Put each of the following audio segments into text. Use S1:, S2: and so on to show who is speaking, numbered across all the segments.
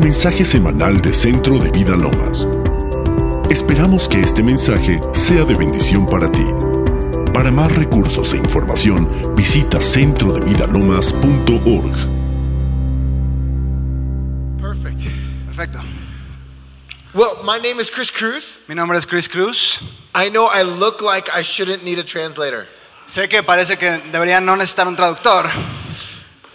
S1: mensaje semanal de Centro de Vida Lomas. Esperamos que este mensaje sea de bendición para ti. Para más recursos e información, visita centrodevidalomas.org.
S2: Perfect. Perfecto.
S3: Well, my name is Chris Cruz.
S2: Mi nombre es Chris Cruz.
S3: I know I look like I shouldn't need a translator.
S2: Sé que parece que debería no necesitar un traductor.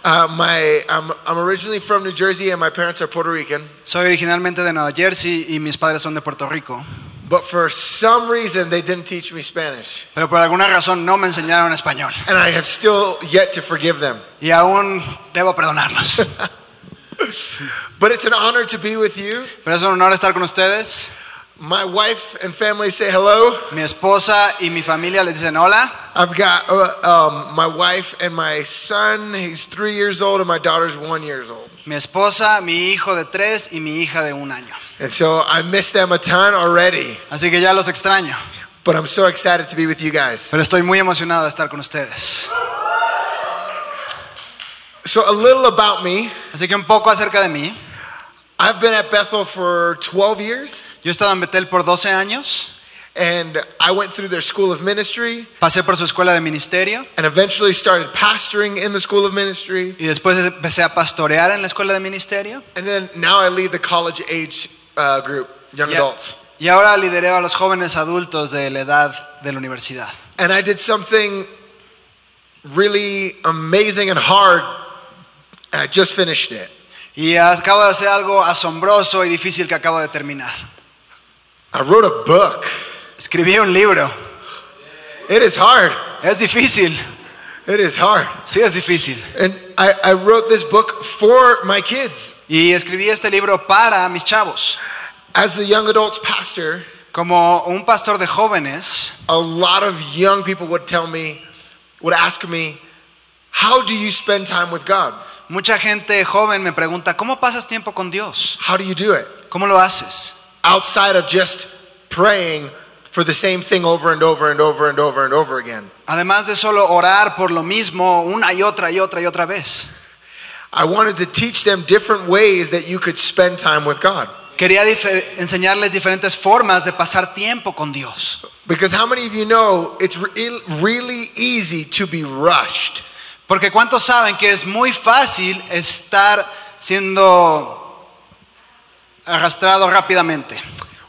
S3: Uh, my, I'm, I'm originally from New Jersey and my parents are Puerto Rican,
S2: Soy originalmente de Nueva Jersey y mis padres son de Puerto Rico,
S3: but for some reason they didn't teach me Spanish.
S2: pero por alguna razón no me enseñaron español
S3: And I have still yet to forgive them.
S2: y aún debo perdonarlos.
S3: But it's an honor to be with you.
S2: Pero es un honor estar con ustedes.
S3: My wife and family say hello.
S2: Mi esposa y mi familia les dicen hola.
S3: I've got uh, um, my wife and my son. He's three years old, and my daughter's one years old.
S2: Mi esposa, mi hijo de tres y mi hija de un año.
S3: And so I miss them a ton already.
S2: Así que ya los extraño,
S3: But I'm so excited to be with you guys.
S2: pero estoy muy emocionado de estar con ustedes.
S3: So a little about me.
S2: Así que un poco acerca de mí.
S3: I've been at Bethel for 12 years,
S2: Yo he estado en Betel por 12 años,
S3: and I went through their school of ministry,
S2: pasé por su escuela de ministerio
S3: and eventually started pastoring in the school of ministry.
S2: y después empecé a pastorear en la escuela de ministerio
S3: And then now I lead the college age uh, group, young
S2: Yeah.
S3: adults.
S2: y ahora lidereo a los jóvenes adultos de la edad de la universidad.
S3: And I did something really amazing and hard, and I just finished it.
S2: Y acabo de hacer algo asombroso y difícil que acabo de terminar.
S3: I wrote a book.
S2: Escribí un libro.
S3: It is hard.
S2: Es difícil,
S3: It is hard.
S2: sí es difícil.
S3: And I, I wrote this book for my kids.
S2: Y escribí este libro para mis chavos.
S3: As a young adults pastor,
S2: Como un pastor de jóvenes,
S3: a lot of young people would tell me, would ask me, how do you spend time with God?
S2: mucha gente joven me pregunta, ¿cómo pasas tiempo con Dios?
S3: How do you do it?
S2: ¿Cómo lo haces?
S3: Outside of just praying for the same thing over and over and over and over and over again.
S2: Además de solo orar por lo mismo una y otra y otra y otra vez.
S3: I wanted to teach them different ways that you could spend time with God.
S2: Quería difer- enseñarles diferentes formas de pasar tiempo con Dios.
S3: Because how many of you know it's re- really easy to be rushed?
S2: Porque ¿cuántos saben que es muy fácil estar siendo arrastrado rápidamente?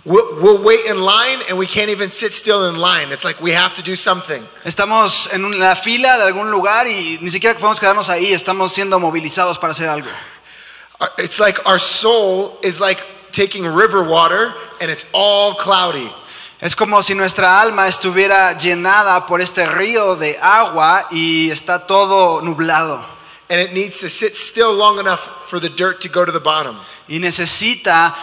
S3: We'll, we'll wait in line and we can't even sit still in line. It's like we have to do something.
S2: Estamos en un- la fila de algún lugar y ni siquiera podemos quedarnos ahí, estamos siendo movilizados para hacer algo.
S3: Our- Uh, It's like our soul is like taking river water and it's all cloudy.
S2: Es como si nuestra alma estuviera llenada por este río de agua y está todo nublado.
S3: And it needs to sit still long enough for the dirt to go to the bottom.
S2: y necesita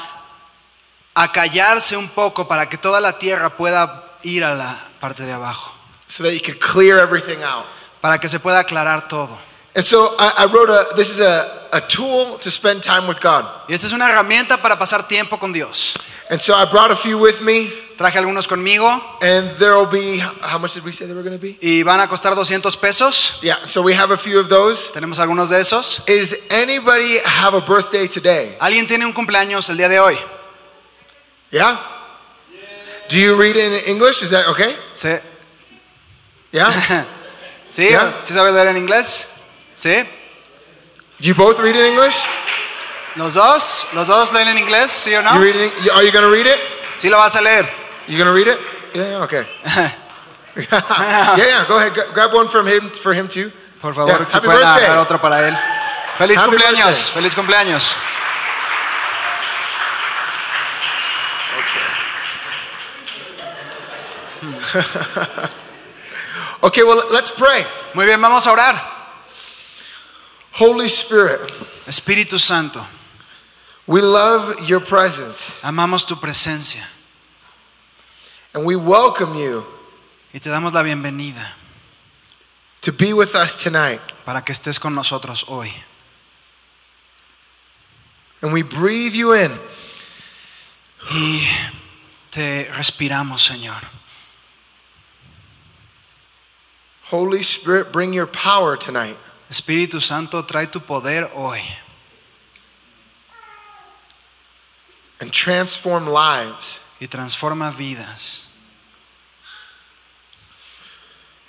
S2: acallarse un poco para que toda la tierra pueda ir a la parte de abajo,
S3: so that you could clear everything out.
S2: para que se pueda aclarar todo.
S3: And so I, I wrote a, this is a, a tool to spend time with God.
S2: Y esta es una herramienta para pasar tiempo con Dios.
S3: And so I brought a few with me,
S2: Traje algunos conmigo
S3: and there'll be, how much did we say they were going to be?
S2: y van a costar 200 pesos.
S3: Yeah, so we have a few of those.
S2: Tenemos algunos de esos.
S3: Is anybody have a birthday today?
S2: ¿Alguien tiene un cumpleaños el día de hoy?
S3: Yeah? Do you read in English? Is that okay?
S2: ¿Sí?
S3: Yeah?
S2: ¿Sí?
S3: Yeah.
S2: ¿Sí sabes leer en inglés? ¿Sí?
S3: You both read in English?
S2: ¿Los dos? ¿Los dos leen en inglés? ¿Sí o no?
S3: You read it in, are you going to read it?
S2: Sí lo vas a leer.
S3: You going to read it? Yeah, yeah, okay. yeah, yeah, go ahead. gra- Grab one from him for him too.
S2: Por
S3: Yeah,
S2: favor, que se
S3: happy
S2: pueden
S3: birthday.
S2: agarrar otro para él. ¡Feliz
S3: Happy
S2: cumpleaños!
S3: birthday.
S2: ¡Feliz cumpleaños!
S3: Okay, well, let's pray.
S2: Muy bien, vamos a orar.
S3: Holy Spirit,
S2: Espíritu Santo,
S3: we love your presence
S2: amamos tu presencia
S3: and we welcome you
S2: y te damos la bienvenida
S3: to be with us tonight.
S2: para que estés con nosotros hoy.
S3: And we breathe you in.
S2: Y te respiramos, Señor.
S3: Holy Spirit, bring your power tonight.
S2: Espíritu Santo, trae tu poder hoy.
S3: and transform lives.
S2: y transforma vidas.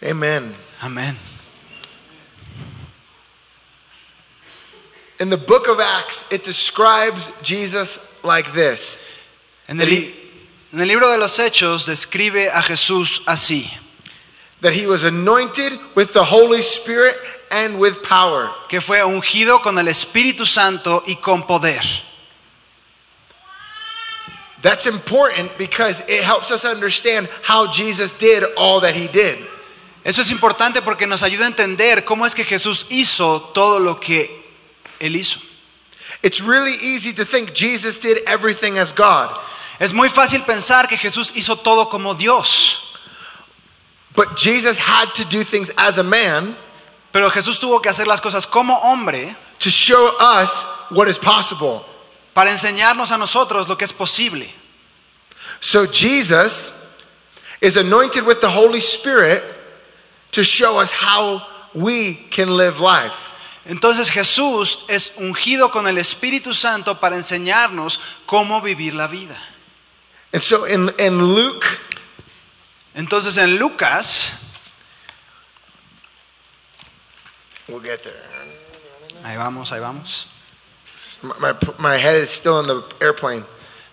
S3: Amen.
S2: Amén.
S3: In the book of Acts, it describes Jesus like this.
S2: En el, li- en el libro de los Hechos describe a Jesús así,
S3: That he was anointed with the Holy Spirit and with power.
S2: que fue ungido con el Espíritu Santo y con poder.
S3: That's important because it helps us understand how Jesus did all that he did.
S2: Eso es importante porque nos ayuda a entender cómo es que Jesús hizo todo lo que él hizo.
S3: It's really easy to think Jesus did everything as God,
S2: Es muy fácil pensar que Jesús hizo todo como Dios,
S3: but Jesus had to do things as a man
S2: pero Jesús tuvo que hacer las cosas como hombre
S3: to show us what is possible.
S2: para enseñarnos a nosotros lo que es posible.
S3: So Jesus is anointed with the Holy Spirit to show us how we can live life.
S2: Entonces Jesús es ungido con el Espíritu Santo para enseñarnos cómo vivir la vida.
S3: And so in, in Luke
S2: Entonces en Lucas,
S3: We'll get there.
S2: ahí vamos, ahí vamos.
S3: My, my, my head is still in the airplane.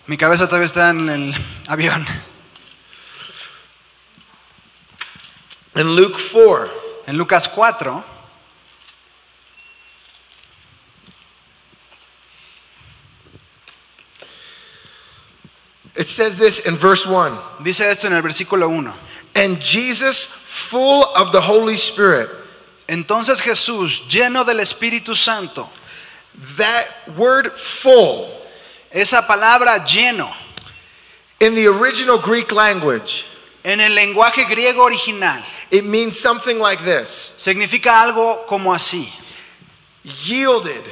S2: Mi cabeza todavía está en el avión.
S3: In Luke 4,
S2: En Lucas 4,
S3: it says this in verse 1
S2: dice esto en el versículo 1.
S3: And Jesus, full of the Holy Spirit,
S2: Entonces Jesús, lleno del Espíritu Santo,
S3: that word full
S2: esa palabra lleno,
S3: in the original Greek language,
S2: en el lenguaje griego original,
S3: it means something like this
S2: significa algo como así,
S3: yielded,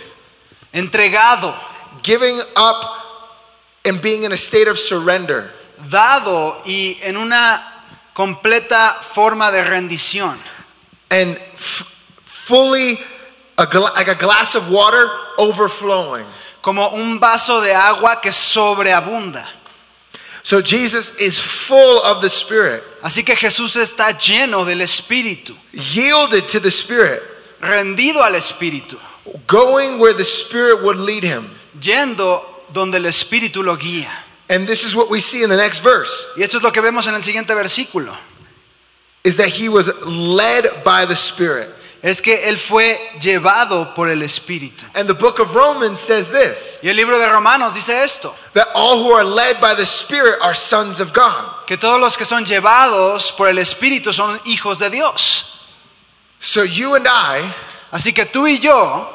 S2: entregado,
S3: giving up, and being in a state of surrender.
S2: dado y en una completa forma de rendición.
S3: and f- fully a gla- like a glass of water overflowing.
S2: como un vaso de agua que sobreabunda.
S3: So Jesus is full of the Spirit,
S2: Así que Jesús está lleno del Espíritu,
S3: yielded to the Spirit,
S2: rendido al Espíritu,
S3: going where the Spirit would lead him.
S2: yendo donde el Espíritu lo guía.
S3: And this is what we see in the next verse
S2: Y esto es lo que vemos en el siguiente versículo.
S3: is that he was led by the Spirit.
S2: Es que Él fue llevado por el Espíritu.
S3: And the book of Romans says this
S2: Y el libro de Romanos dice esto,
S3: that all who are led by the Spirit are sons of God.
S2: que todos los que son llevados por el Espíritu son hijos de Dios.
S3: So you and I
S2: Así que tú y yo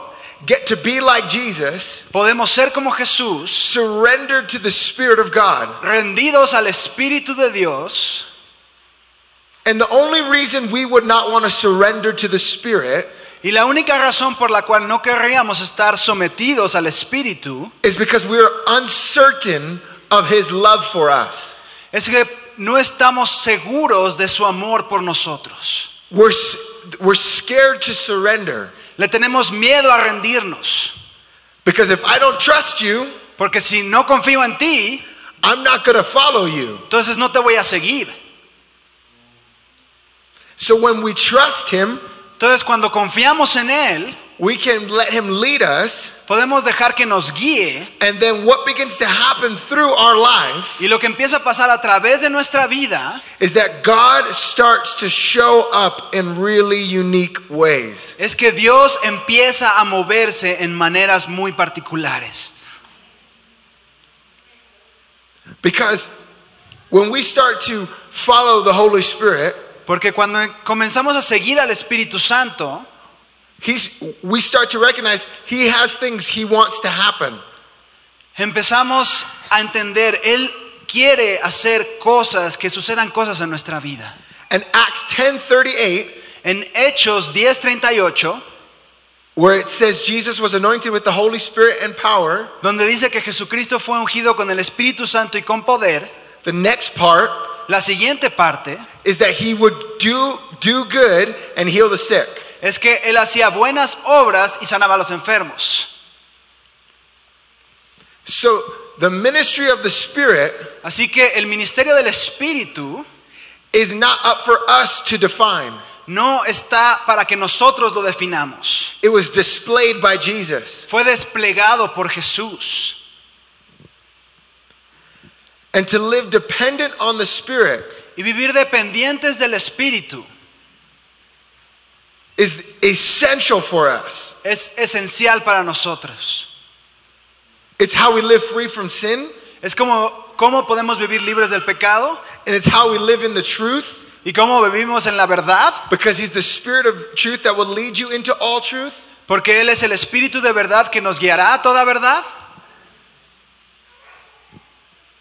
S3: get to be like Jesus,
S2: podemos ser como Jesús,
S3: surrendered to the Spirit of God.
S2: rendidos al Espíritu de Dios,
S3: And the only reason we would not want to surrender to the Spirit
S2: Y la única razón por la cual no querríamos estar sometidos al Espíritu
S3: is because we are uncertain of His love for us.
S2: es que no estamos seguros de su amor por nosotros.
S3: We're, s- we're scared to surrender
S2: Le tenemos miedo a rendirnos,
S3: because if I don't trust you,
S2: porque si no confío en ti,
S3: I'm not going to follow you.
S2: entonces no te voy a seguir.
S3: So when we trust Him,
S2: Entonces cuando confiamos en Él,
S3: we can let Him lead us.
S2: podemos dejar que nos guíe
S3: And then what begins to happen through our life
S2: y lo que empieza a pasar a través de nuestra vida
S3: is that God starts to show up in really unique ways.
S2: es que Dios empieza a moverse en maneras muy particulares.
S3: Because when we start to follow the Holy Spirit,
S2: Porque cuando comenzamos a seguir al Espíritu Santo,
S3: He's, we start to recognize he has things he wants to happen.
S2: Empezamos a entender, Él quiere hacer cosas, que sucedan cosas en nuestra vida.
S3: And Acts 10:38,
S2: En Hechos 10:38,
S3: where it says Jesus was anointed with the Holy Spirit and power,
S2: donde dice que Jesucristo fue ungido con el Espíritu Santo y con poder,
S3: the next part
S2: la siguiente parte
S3: is that he would do do good and heal the sick.
S2: es que Él hacía buenas obras y sanaba a los enfermos.
S3: So the ministry of the Spirit
S2: Así que el ministerio del Espíritu
S3: is not up for us to define.
S2: no está para que nosotros lo definamos.
S3: It was displayed by Jesus.
S2: Fue desplegado por Jesús.
S3: And to live dependent on the Spirit
S2: Y vivir dependientes del Espíritu
S3: is essential for us.
S2: es esencial para nosotros.
S3: It's how we live free from sin,
S2: Es como cómo podemos vivir libres del pecado
S3: and it's how we live in the truth
S2: y cómo vivimos en la verdad,
S3: because He's the Spirit of truth that will lead you into all truth.
S2: porque Él es el Espíritu de verdad que nos guiará a toda verdad.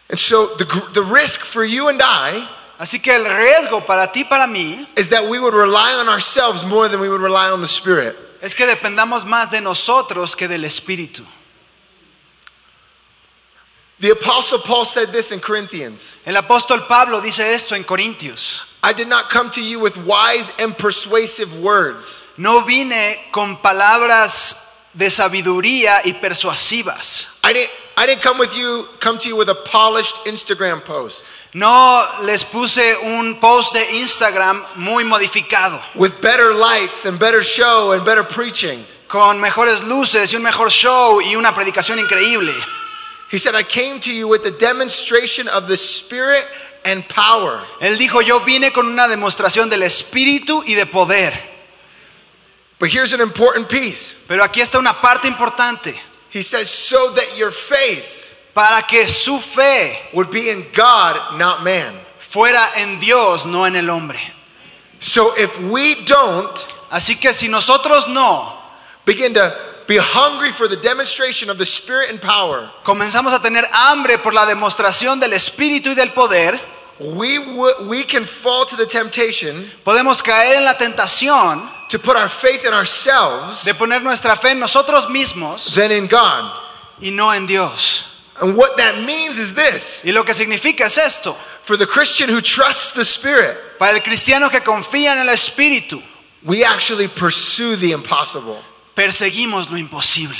S3: And so the, gr- the risk for you and I
S2: Así que el riesgo para ti y para mí
S3: is that we would rely on ourselves more than we would rely on the Spirit.
S2: es que dependamos más de nosotros que del Espíritu.
S3: The Apostle Paul said this in Corinthians
S2: El apóstol Pablo dice esto en Corintios.
S3: I did not come to you with wise and persuasive words,
S2: No vine con palabras de sabiduría y persuasivas.
S3: I didn't, I didn't come, with you, come to you with a polished Instagram post,
S2: No les puse un post de Instagram muy modificado,
S3: with better lights and better show and better preaching.
S2: con mejores luces y un mejor show y una predicación increíble.
S3: He said, I came to you with a demonstration of the Spirit and power.
S2: Él dijo, yo vine con una demostración del espíritu y de poder.
S3: But here's an important piece.
S2: Pero aquí está una parte importante,
S3: He says, so that your faith
S2: para que su fe
S3: would be in God, not man.
S2: fuera en Dios, no en el hombre.
S3: So if we don't
S2: Así que si nosotros no
S3: begin to be hungry for the demonstration of the Spirit and power,
S2: comenzamos a tener hambre por la demostración del espíritu y del poder,
S3: we, would we can fall to the temptation
S2: Podemos caer en la tentación
S3: to put our faith in ourselves
S2: de poner nuestra fe en nosotros mismos
S3: than in God.
S2: y no en Dios.
S3: And what that means is this
S2: Y lo que significa es esto.
S3: for the Christian who trusts the Spirit,
S2: Para el cristiano que confía en el Espíritu,
S3: we actually pursue the impossible.
S2: perseguimos lo imposible.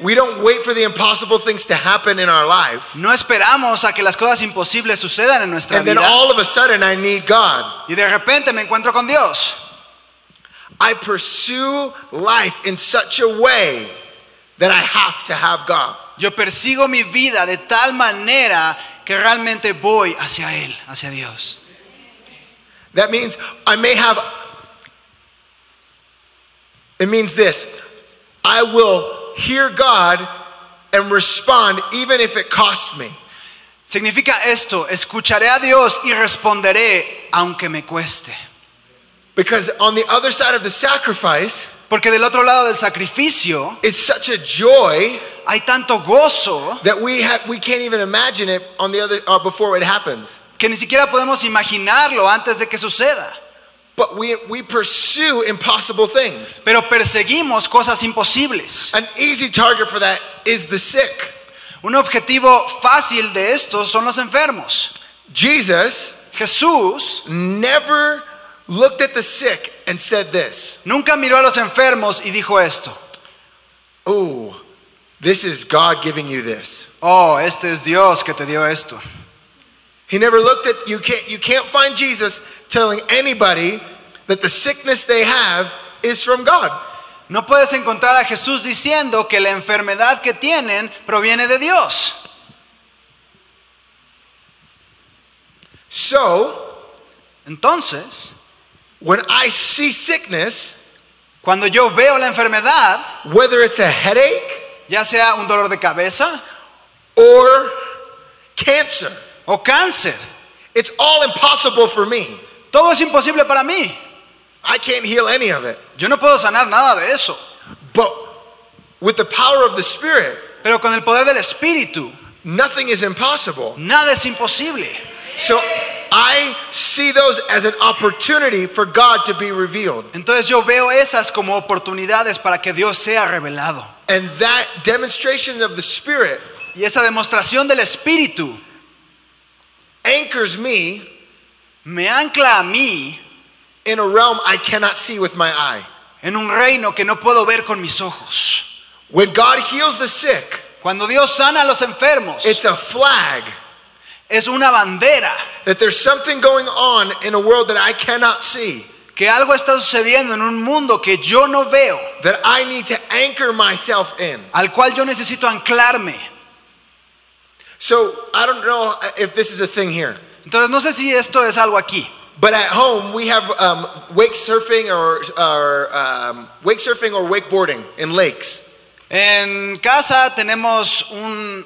S3: We don't wait for the impossible things to happen in our life.
S2: No esperamos a que las cosas imposibles sucedan en nuestra
S3: And then
S2: vida
S3: all of a sudden, I need God.
S2: y de repente me encuentro con Dios.
S3: I pursue life in such a way that I have to have God.
S2: Yo persigo mi vida de tal manera que realmente voy hacia Él, hacia Dios.
S3: That means I may have, it means this I will hear God and respond even if it costs me.
S2: Significa esto, escucharé a Dios y responderé aunque me cueste.
S3: Because on the other side of the sacrifice
S2: Porque del otro lado del sacrificio
S3: is such a joy
S2: hay tanto gozo
S3: that we, have, we can't even imagine it on the other, uh, before it happens.
S2: que ni siquiera podemos imaginarlo antes de que suceda.
S3: But we, we pursue impossible things.
S2: Pero perseguimos cosas imposibles.
S3: An easy target for that is the sick.
S2: Un objetivo fácil de estos son los enfermos.
S3: Jesus
S2: Jesús
S3: never looked at the sick and said this
S2: nunca miró a los enfermos y dijo esto.
S3: Oh, this is God giving you this.
S2: Oh, este es Dios que te dio esto.
S3: He never looked at, you can't, you can't find Jesus telling anybody that the sickness they have is from God.
S2: No puedes encontrar a Jesús diciendo que la enfermedad que tienen proviene de Dios.
S3: So,
S2: Entonces,
S3: when I see sickness,
S2: cuando yo veo la enfermedad,
S3: whether it's a headache
S2: ya sea un dolor de cabeza
S3: or cancer,
S2: o cáncer,
S3: it's all impossible for me.
S2: todo es imposible para mí.
S3: I can't heal any of it.
S2: Yo no puedo sanar nada de eso.
S3: But with the power of the Spirit,
S2: Pero con el poder del Espíritu,
S3: nothing is impossible.
S2: nada es imposible.
S3: So I see those as an opportunity for God to be revealed.
S2: Entonces yo veo esas como oportunidades para que Dios sea revelado.
S3: And that demonstration of the Spirit
S2: Y esa demostración del Espíritu
S3: anchors me
S2: me ancla a mí
S3: in a realm I cannot see with my eye.
S2: en un reino que no puedo ver con mis ojos.
S3: When God heals the sick,
S2: Cuando Dios sana a los enfermos,
S3: it's a flag
S2: es una bandera
S3: that there's something going on in a world that I cannot see,
S2: que algo está sucediendo en un mundo que yo no veo,
S3: that I need to anchor myself in.
S2: al cual yo necesito anclarme.
S3: So I don't know if this is a thing here,
S2: Entonces no sé si esto es algo aquí.
S3: but at home we have um, wake surfing or, or um, wake surfing or wakeboarding in lakes.
S2: En casa tenemos un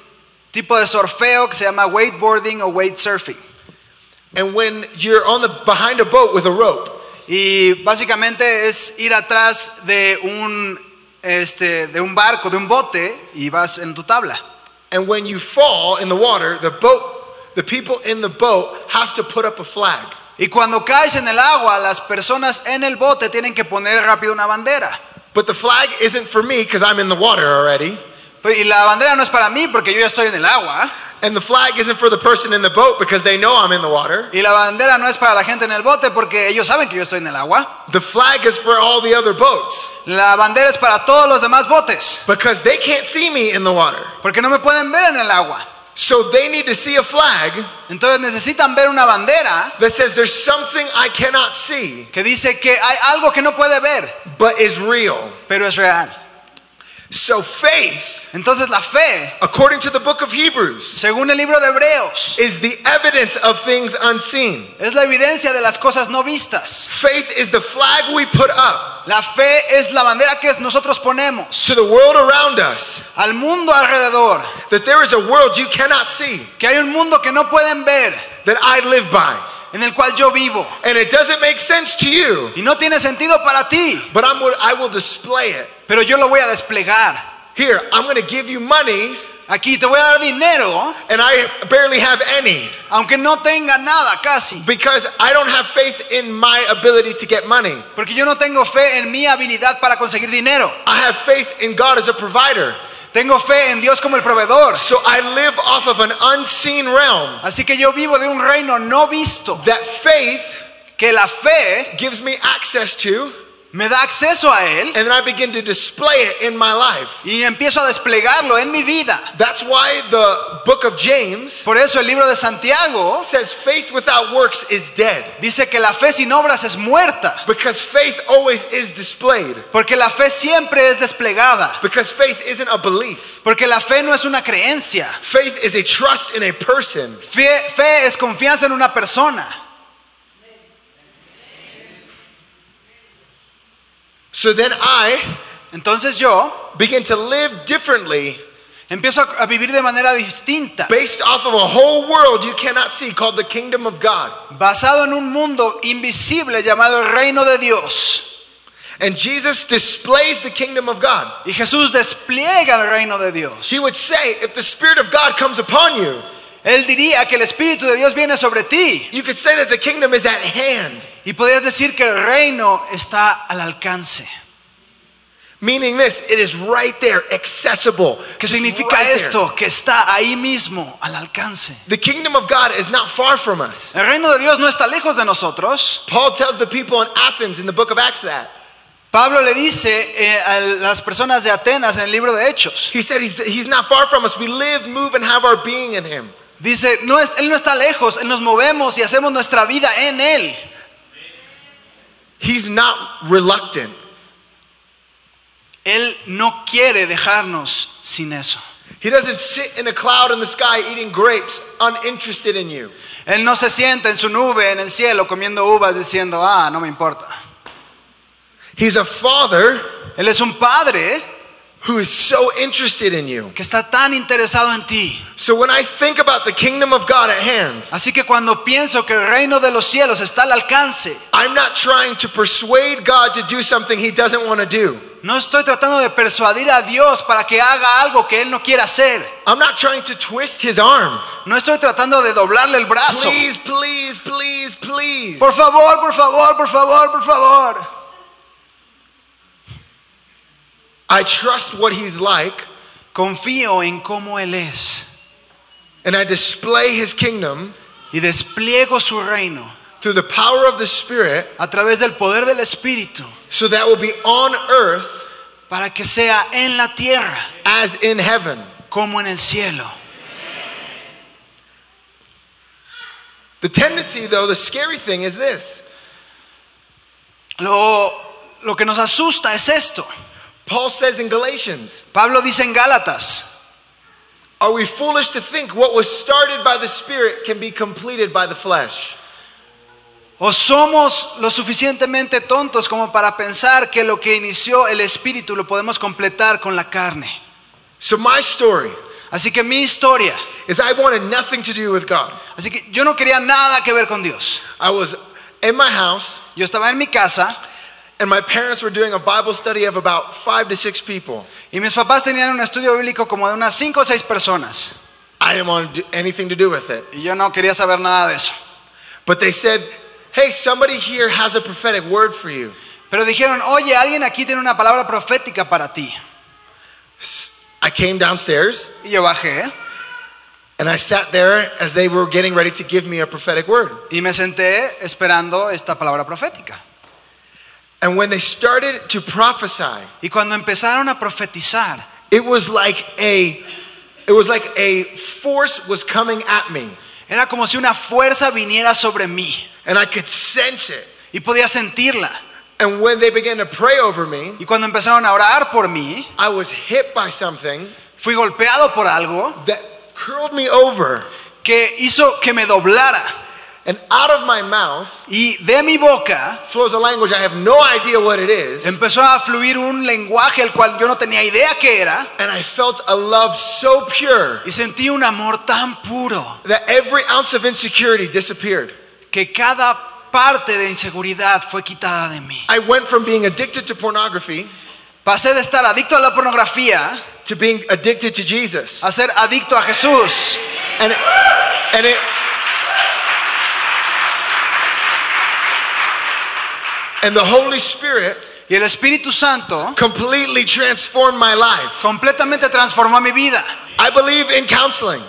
S2: tipo de surfeo que se llama wakeboarding o wake surfing.
S3: And when you're on the behind a boat with a rope,
S2: Y básicamente es ir atrás de un, este, de un barco, de un bote, y vas en tu tabla.
S3: and when you fall in the water, the boat, the people in the boat have to put up a flag.
S2: Y cuando caes en el agua, las personas en el bote tienen que poner rápido una bandera.
S3: But the flag isn't for me because I'm in the water already.
S2: Pero- Y la bandera no es para mí porque yo ya estoy en el agua.
S3: And the flag isn't for the person in the boat because they know I'm in the water.
S2: Y la bandera no es para la gente en el bote porque ellos saben que yo estoy en el agua.
S3: The flag is for all the other boats
S2: La bandera es para todos los demás botes
S3: because they can't see me in the water.
S2: porque no me pueden ver en el agua.
S3: So they need to see a flag
S2: Entonces necesitan ver una bandera
S3: that says there's something I cannot see
S2: que dice que hay algo que no puede ver,
S3: but is real.
S2: pero es real.
S3: So faith,
S2: Entonces la fe
S3: according to the book of Hebrews,
S2: Según el libro de Hebreos,
S3: is the evidence of things unseen.
S2: es la evidencia de las cosas no vistas.
S3: Faith is the flag we put up
S2: La fe es la bandera que nosotros ponemos
S3: to the world around us
S2: al mundo alrededor,
S3: that there is a world you cannot see
S2: que hay un mundo que no pueden ver,
S3: that I live by.
S2: en el cual yo vivo.
S3: And it doesn't make sense to you,
S2: Y no tiene sentido para ti,
S3: but I'm, I will display it.
S2: pero yo lo voy a desplegar.
S3: Here, I'm going to give you money,
S2: Aquí te voy a dar dinero,
S3: and I barely have any
S2: aunque no tenga nada casi,
S3: because I don't have faith in my ability to get money.
S2: porque yo no tengo fe en mi habilidad para conseguir dinero.
S3: I have faith in God as a provider.
S2: Tengo fe en Dios como el proveedor.
S3: So I live off of an unseen realm.
S2: Así que yo vivo de un reino no visto,
S3: That faith
S2: que la fe
S3: gives me access to,
S2: me da acceso a él
S3: and then I begin to display it in my life.
S2: y empiezo a desplegarlo en mi vida.
S3: That's why the book of James
S2: Por eso el libro de Santiago
S3: says faith without works is dead,
S2: dice que la fe sin obras es muerta,
S3: because faith always is displayed,
S2: porque la fe siempre es desplegada,
S3: because faith isn't a belief.
S2: porque la fe no es una creencia.
S3: Faith is a trust in a person.
S2: Fe, fe es confianza en una persona.
S3: So then I
S2: Entonces yo
S3: begin to live differently
S2: empiezo a, a vivir de manera distinta,
S3: based off of a whole world you cannot see called the kingdom of God.
S2: basado en un mundo invisible llamado el reino de Dios.
S3: And Jesus displays the kingdom of God.
S2: Y Jesús despliega el reino de Dios.
S3: He would say, if the Spirit of God comes upon you,
S2: Él diría que el Espíritu de Dios viene sobre ti.
S3: you could say that the kingdom is at hand,
S2: Y podrías decir que el reino está al alcance.
S3: meaning this, it is right there, accessible.
S2: ¿Qué significa
S3: Right there.
S2: esto? Que está ahí mismo, al alcance.
S3: The kingdom of God is not far from us.
S2: El reino de Dios no está lejos de nosotros.
S3: Paul tells the people in Athens in the book of Acts that.
S2: Pablo le dice eh, a las personas de Atenas en el libro de Hechos,
S3: He said he's, he's not far from us. We live, move, and have our being in him.
S2: dice, no es- Él no está lejos, Él nos movemos y hacemos nuestra vida en Él.
S3: He's not reluctant.
S2: Él no quiere dejarnos sin eso.
S3: He doesn't sit in a cloud in the sky eating grapes, uninterested in you.
S2: Él no se sienta en su nube, en el cielo, comiendo uvas, diciendo, ah, no me importa.
S3: He's a father
S2: Él es un padre
S3: who is so interested in you.
S2: que está tan interesado en ti.
S3: So when I think about the kingdom of God at hand,
S2: Así que cuando pienso que el reino de los cielos está al alcance,
S3: I'm not trying to persuade God to do something he doesn't want to do.
S2: No estoy tratando de persuadir a Dios para que haga algo que Él no quiere hacer.
S3: I'm not trying to twist his arm.
S2: No estoy tratando de doblarle el brazo.
S3: Please, please, please, please.
S2: Por favor, por favor, por favor, por favor.
S3: I trust what he's like
S2: Confío en cómo Él es
S3: and I display his kingdom
S2: y despliego su reino
S3: through the power of the Spirit
S2: a través del poder del Espíritu
S3: so that will be on earth
S2: para que sea en la tierra
S3: as in heaven.
S2: como en el cielo.
S3: The tendency, though, the scary thing is this
S2: Lo, lo que nos asusta es esto.
S3: Paul says in Galatians,
S2: Pablo dice en Gálatas,
S3: Are we foolish to think what was started by the Spirit can be completed by the flesh?
S2: o somos lo suficientemente tontos como para pensar que lo que inició el espíritu lo podemos completar con la carne.
S3: So, my story
S2: Así que mi historia,
S3: is I wanted nothing to do with God.
S2: así que yo no quería nada que ver con Dios.
S3: I was in my house,
S2: Yo estaba en mi casa
S3: and my parents were doing a Bible study of about five to six people.
S2: y mis papás tenían un estudio bíblico como de unas 5 o 6 personas
S3: I didn't want to do anything to do with it.
S2: y yo no quería saber nada de eso.
S3: But they said, Hey, somebody here has a prophetic word for you.
S2: Pero dijeron, oye, alguien aquí tiene una palabra profética para ti.
S3: S- I came downstairs
S2: Y yo bajé
S3: and I sat there as they were getting ready to give me a prophetic word.
S2: y me senté esperando esta palabra profética.
S3: And when they started to prophesy,
S2: Y cuando empezaron a profetizar,
S3: it was like a it was like a force was coming at me
S2: era como si una fuerza viniera sobre mí
S3: and I could sense it.
S2: y podía sentirla.
S3: And when they began to pray over me,
S2: Y cuando empezaron a orar por mí,
S3: I was hit by something
S2: fui golpeado por algo
S3: that curled me over
S2: que hizo que me doblara.
S3: and out of my mouth
S2: Y de mi boca
S3: flows a language I have no idea what it is.
S2: empezó a fluir un lenguaje el cual yo no tenía idea que era.
S3: And I felt a love so pure
S2: Y sentí un amor tan puro
S3: that every ounce of insecurity disappeared.
S2: que cada parte de inseguridad fue quitada de mí.
S3: I went from being addicted to pornography
S2: Pasé de estar adicto a la pornografía
S3: to being addicted to Jesus.
S2: a ser adicto a Jesús.
S3: And it, and it And the Holy Spirit
S2: Y el Espíritu Santo
S3: completely transformed my life.
S2: completamente transformó mi vida.
S3: I believe in counseling.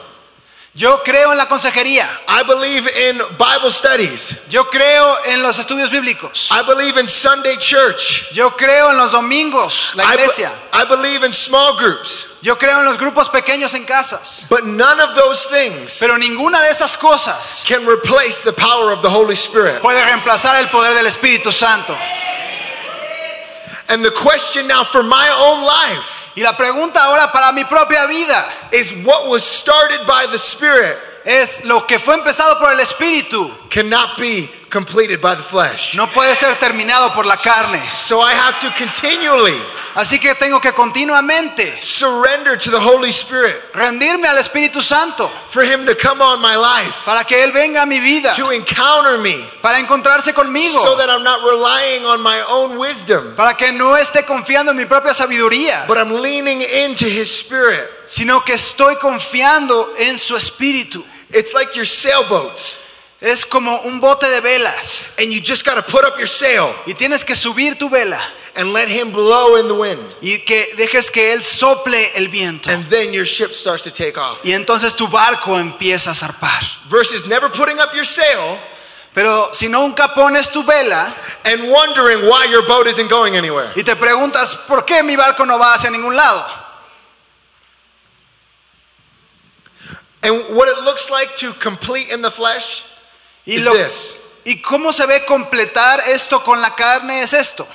S2: Yo creo en la consejería.
S3: I believe in Bible studies.
S2: Yo creo en los estudios bíblicos.
S3: I believe in Sunday church.
S2: Yo creo en los domingos, la
S3: I, be-
S2: iglesia.
S3: I believe in small groups.
S2: Yo creo en los grupos pequeños en casas.
S3: But none of those things
S2: Pero ninguna de esas cosas
S3: can replace the power of the Holy Spirit.
S2: puede reemplazar el poder del Espíritu Santo.
S3: And the question now for my own life
S2: Y la pregunta ahora para mi propia vida
S3: is what was started by the Spirit
S2: es, lo que fue empezado por el Espíritu
S3: cannot be completed by the flesh.
S2: no puede ser terminado por la carne.
S3: So I have to continually
S2: Así que tengo que continuamente
S3: surrender to the Holy Spirit
S2: rendirme al Espíritu Santo
S3: for Him to come on my life,
S2: para que Él venga a mi vida,
S3: to encounter me,
S2: para encontrarse conmigo,
S3: so that I'm not relying on my own wisdom,
S2: para que no esté confiando en mi propia sabiduría,
S3: but I'm leaning into His Spirit.
S2: sino que estoy confiando en su Espíritu.
S3: It's like your sailboats,
S2: Es como un bote de velas
S3: and you just got to put up your sail
S2: y tienes que subir tu vela
S3: and let Him blow in the wind.
S2: y que dejes que Él sople el viento.
S3: And then your ship starts to take off.
S2: Y entonces tu barco empieza a zarpar.
S3: Versus never putting up your sail
S2: Pero si nunca pones tu vela
S3: and wondering why your boat isn't going anywhere.
S2: y te preguntas, ¿por qué mi barco no va hacia ningún lado?
S3: And what it looks like to complete in the flesh
S2: Y,
S3: is
S2: lo-
S3: this.
S2: y cómo se ve completar esto con la carne es esto.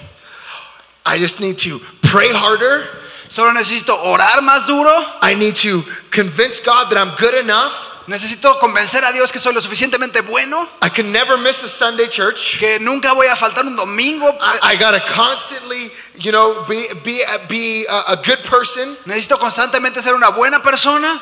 S3: I just need to pray harder.
S2: Solo necesito orar más duro,
S3: I need to convince God that I'm good enough.
S2: necesito convencer a Dios que soy lo suficientemente bueno,
S3: I can never miss a Sunday church.
S2: que nunca voy a faltar un domingo.
S3: I, I gotta constantly, you know, be be be a, a good person.
S2: Necesito constantemente ser una buena persona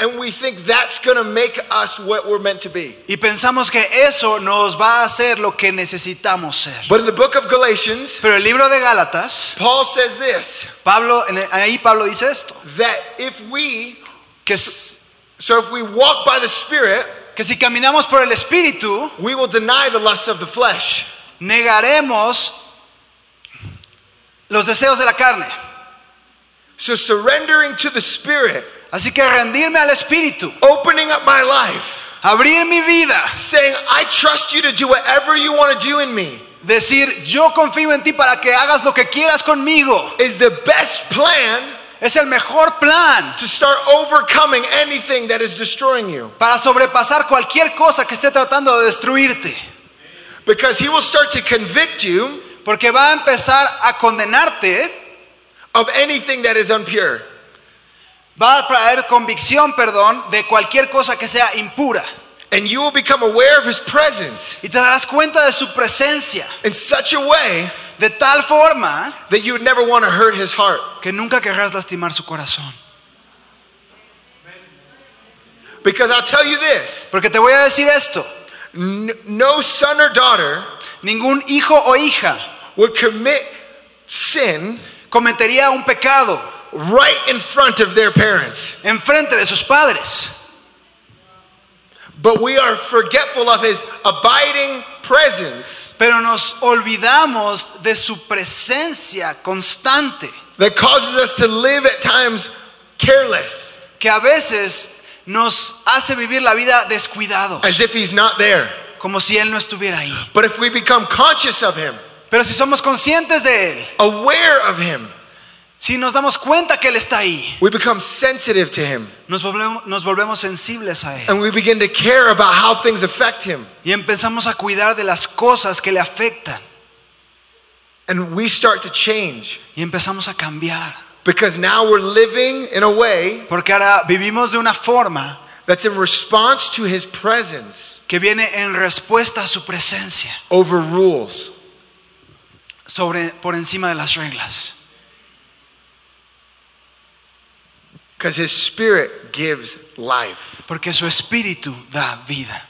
S3: And we think that's gonna make us what we're meant to be.
S2: y pensamos que eso nos va a hacer lo que necesitamos ser.
S3: But in the book of Galatians,
S2: Pero el libro de Gálatas,
S3: Paul says this:
S2: Pablo, en el- ahí Pablo dice esto,
S3: that if we
S2: que, s-
S3: So if we walk by the Spirit,
S2: que si caminamos por el Espíritu,
S3: we will deny the lusts of the flesh.
S2: negaremos los deseos de la carne.
S3: So surrendering to the Spirit,
S2: Así que rendirme al Espíritu,
S3: opening up my life,
S2: abrir mi vida,
S3: saying, I trust you to do whatever you want to do in me,
S2: decir, yo confío en ti para que hagas lo que quieras conmigo,
S3: is the best plan
S2: Es el mejor plan
S3: to start overcoming anything that is destroying you.
S2: para sobrepasar cualquier cosa que esté tratando de destruirte.
S3: Because he will start to convict you
S2: Porque va a empezar a condenarte,
S3: of anything that is impure.
S2: va a traer convicción, perdón, de cualquier cosa que sea impura.
S3: And you will become aware of his presence
S2: Y te darás cuenta de su presencia
S3: in such a way
S2: de tal forma
S3: that you would never want to hurt his heart.
S2: que nunca querrás lastimar su corazón.
S3: Because I'll tell you this
S2: Porque te voy a decir esto,
S3: n- no son or daughter
S2: ningún hijo o hija
S3: would commit sin
S2: cometería un pecado
S3: right in front of their parents.
S2: enfrente de sus padres.
S3: But we are forgetful of his abiding presence
S2: Pero nos olvidamos de su presencia constante,
S3: that causes us to live at times careless,
S2: que a veces nos hace vivir la vida descuidados,
S3: as if he's not there.
S2: como si Él no estuviera ahí.
S3: But if we become conscious of him,
S2: Pero si somos conscientes de Él,
S3: aware of him,
S2: si nos damos cuenta que Él está ahí,
S3: we become sensitive to him.
S2: nos volvemos, nos volvemos sensibles a Él
S3: And we begin to care about how things affect him.
S2: y empezamos a cuidar de las cosas que le afectan
S3: And we start to change
S2: y empezamos a cambiar.
S3: because now we're living in a way
S2: Porque ahora vivimos de una forma
S3: that's in response to his presence
S2: que viene en respuesta a su presencia,
S3: over rules.
S2: sobre, por encima de las reglas.
S3: Because his spirit gives life.
S2: Porque su espíritu da vida.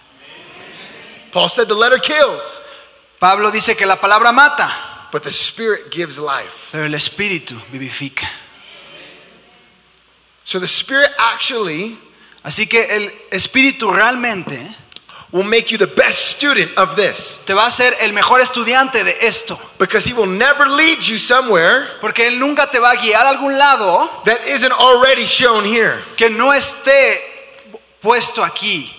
S3: Paul said the letter kills,
S2: Pablo dice que la palabra mata,
S3: but the spirit gives life.
S2: pero el espíritu vivifica.
S3: So the spirit actually
S2: Así que el espíritu realmente
S3: will make you the best student of this
S2: te va a hacer el mejor estudiante de esto.
S3: because he will never lead you somewhere
S2: Porque él nunca te va a guiar a algún lado
S3: that isn't already shown here.
S2: que no esté puesto aquí.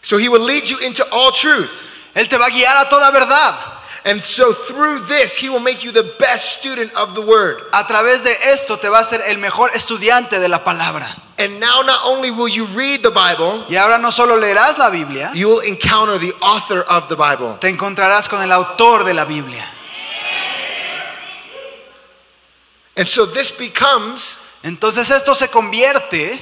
S3: So he will lead you into all truth.
S2: Él te va a guiar a toda verdad.
S3: And so through this, he will make you the best student of the word.
S2: A través de esto te va a hacer el mejor estudiante de la palabra.
S3: And now not only will you read the Bible,
S2: Y ahora no solo leerás la Biblia,
S3: you will encounter the author of the Bible.
S2: te encontrarás con el autor de la Biblia.
S3: And so this becomes
S2: Entonces esto se convierte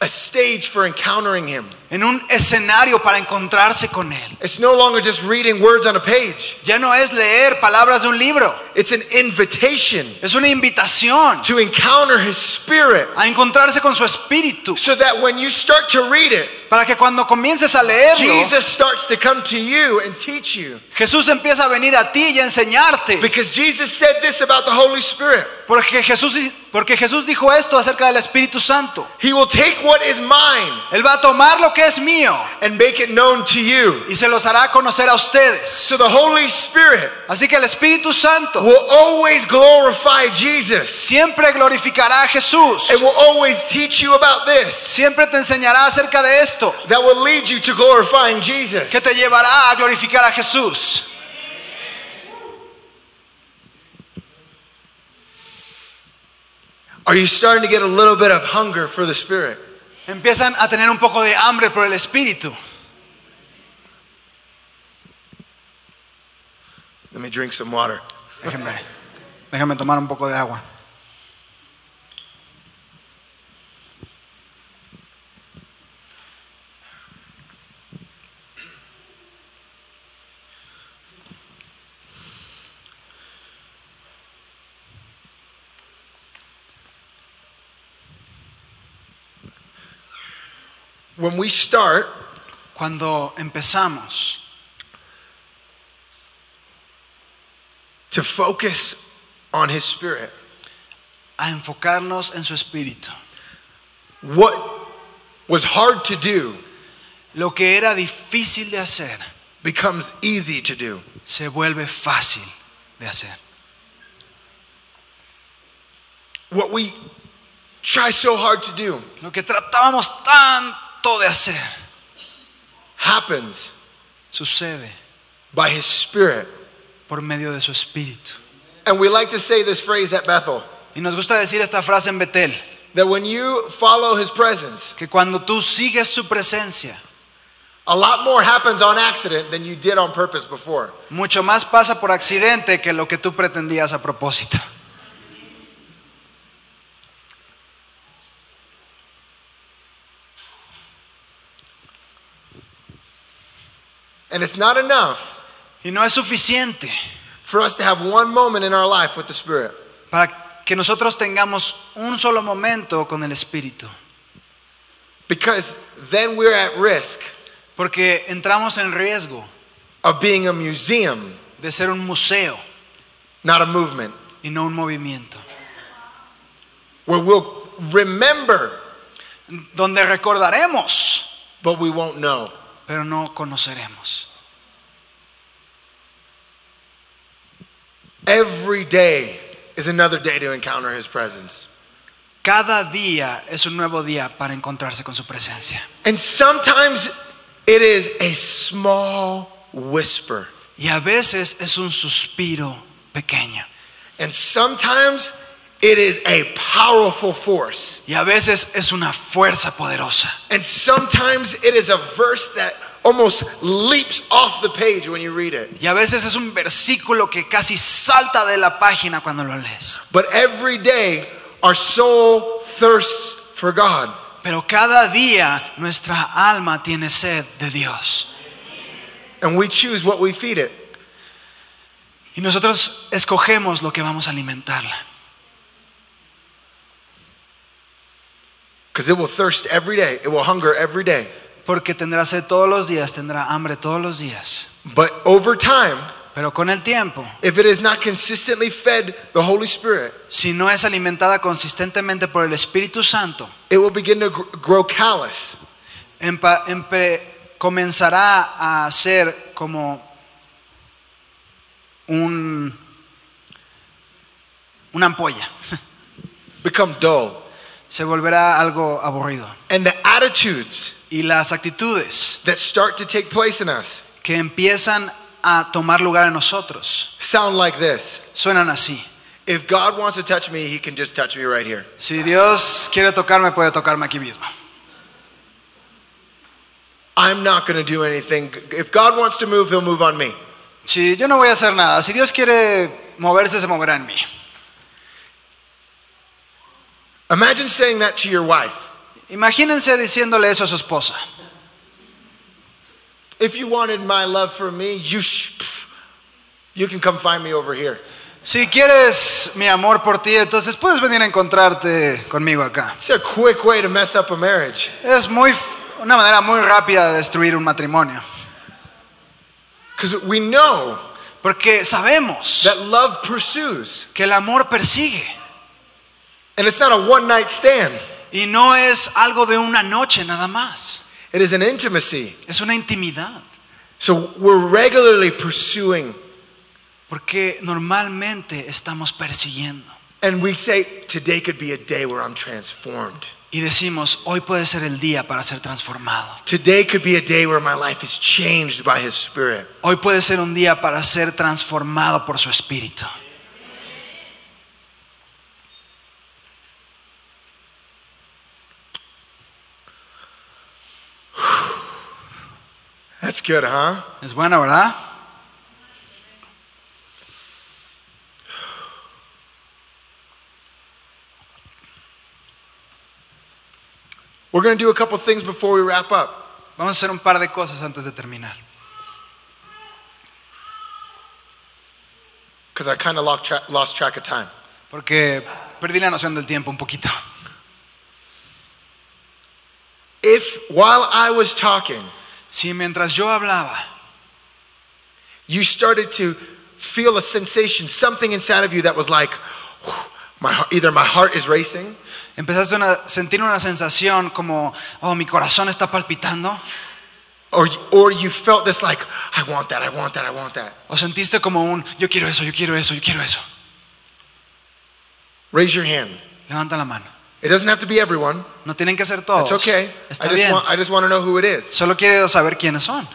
S3: a stage for encountering him.
S2: en un escenario para encontrarse con Él.
S3: It's no longer just reading words on a page.
S2: Ya no es leer palabras de un libro,
S3: It's an invitation
S2: es una invitación
S3: to encounter his spirit
S2: a encontrarse con su espíritu,
S3: so that when you start to read it,
S2: para que cuando comiences a leerlo,
S3: Jesus starts to come to you and teach you.
S2: Jesús empieza a venir a ti y a enseñarte,
S3: Because Jesus said this about the Holy Spirit.
S2: porque Jesús, porque Jesús dijo esto acerca del Espíritu Santo.
S3: He will take what is mine
S2: Él va a tomar lo que es mío
S3: and make it known to you.
S2: y se los hará conocer a ustedes.
S3: So the Holy Spirit
S2: Así que el Espíritu Santo
S3: will always glorify Jesus
S2: siempre glorificará a Jesús,
S3: and will always teach you about this
S2: siempre te enseñará acerca de esto,
S3: that will lead you to glorifying Jesus.
S2: que te llevará a glorificar a Jesús.
S3: Are you starting to get a little bit of hunger for the Spirit?
S2: Empiezan a tener un poco de hambre por el espíritu.
S3: Let me drink some water.
S2: Déjenme, déjenme tomar un poco de agua.
S3: When we start
S2: Cuando empezamos
S3: to focus on His Spirit,
S2: a enfocarnos en su espíritu,
S3: what was hard to do
S2: lo que era difícil de hacer
S3: becomes easy to do.
S2: se vuelve fácil de hacer.
S3: What we try so hard to do
S2: Lo que tratábamos tanto de hacer
S3: happens
S2: sucede
S3: by His Spirit.
S2: por medio de su espíritu.
S3: And we like to say this phrase at Bethel
S2: Y nos gusta decir esta frase en Betel,
S3: that when you follow his presence,
S2: que cuando tú sigues su presencia,
S3: a lot more happens on accident than you did on purpose before.
S2: mucho más pasa por accidente que lo que tú pretendías a propósito.
S3: And it's not enough
S2: Y no es suficiente
S3: for us to have one moment in our life with the Spirit.
S2: para que nosotros tengamos un solo momento con el Espíritu,
S3: Because then we're at risk
S2: porque entramos en riesgo
S3: of being a museum,
S2: de ser un museo
S3: not a movement,
S2: y no un movimiento,
S3: where we'll remember,
S2: donde recordaremos,
S3: but we won't know.
S2: pero no conoceremos.
S3: Every day is another day to encounter His presence.
S2: Cada día es un nuevo día para encontrarse con su presencia.
S3: And sometimes it is a small whisper,
S2: Y a veces es un suspiro pequeño.
S3: and sometimes it is a powerful force,
S2: Y a veces es una fuerza poderosa.
S3: and sometimes it is a verse that almost leaps off the page when you read it.
S2: Y a veces es un versículo que casi salta de la página cuando lo lees.
S3: But every day, our soul thirsts for God.
S2: Pero cada día nuestra alma tiene sed de Dios.
S3: And we choose what we feed it.
S2: Y nosotros escogemos lo que vamos a alimentarla.
S3: Because it will thirst every day, it will hunger every day.
S2: Porque tendrá sed todos los días, tendrá hambre todos los días.
S3: But over time,
S2: Pero con el tiempo,
S3: if it is not consistently fed the Holy Spirit,
S2: si no es alimentada consistentemente por el Espíritu Santo,
S3: it will begin to gr- grow callous.
S2: empa- empe- comenzará a ser como un, una ampolla.
S3: become dull.
S2: Se volverá algo aburrido.
S3: And the attitudes
S2: Y las actitudes
S3: that start to take place in us
S2: que empiezan a tomar lugar en nosotros
S3: sound like this
S2: suenan así.
S3: If God wants to touch me, he can just touch me right here.
S2: Si Dios quiere tocarme, puede tocarme aquí mismo.
S3: I'm not going to do anything. If God wants to move, he'll move on me.
S2: Si yo no voy a hacer nada, si Dios quiere moverse, se moverá en mí.
S3: Imagine saying that to your wife.
S2: Imagínense diciéndole eso a su esposa.
S3: If you wanted my love for me, you sh- pff, you can come find me over here.
S2: Si quieres mi amor por ti, entonces puedes venir a encontrarte conmigo acá.
S3: It's a quick way to mess up a marriage.
S2: Es muy f- una manera muy rápida de destruir un matrimonio,
S3: Because we know
S2: porque sabemos
S3: that love pursues.
S2: que el amor persigue
S3: And it's not a one night stand,
S2: y no es algo de una noche nada más.
S3: it is an intimacy.
S2: Es una intimidad,
S3: So we're regularly pursuing
S2: porque normalmente estamos persiguiendo
S3: And we say, today could be a day where I'm transformed.
S2: y decimos, hoy puede ser el día para ser transformado.
S3: Today could be a day where my life is changed by His Spirit.
S2: Hoy puede ser un día para ser transformado por su espíritu.
S3: That's good, huh?
S2: Es bueno, ¿verdad?
S3: We're going to do a couple things before we wrap up.
S2: Vamos a hacer un par de cosas antes de terminar.
S3: Because I kind of lost, tra- lost track of time.
S2: Porque perdí la noción del tiempo un poquito.
S3: If, while I was talking,
S2: Si mientras yo hablaba,
S3: you started to feel a sensation, something inside of you that was like, "Whew, my heart, either my heart is racing,
S2: empezaste a sentir una sensación como, oh, mi corazón está palpitando,
S3: or, or you felt this like, I want that, I want that, I want that.
S2: o sentiste como un, yo quiero eso, yo quiero eso, yo quiero eso.
S3: Raise your hand.
S2: Levanta la mano.
S3: It doesn't have to be everyone.
S2: No tienen que ser todos.
S3: It's okay. I
S2: Oh, Está
S3: just,
S2: bien.
S3: want, I just want to know who it is.
S2: Solo quiero saber quiénes son.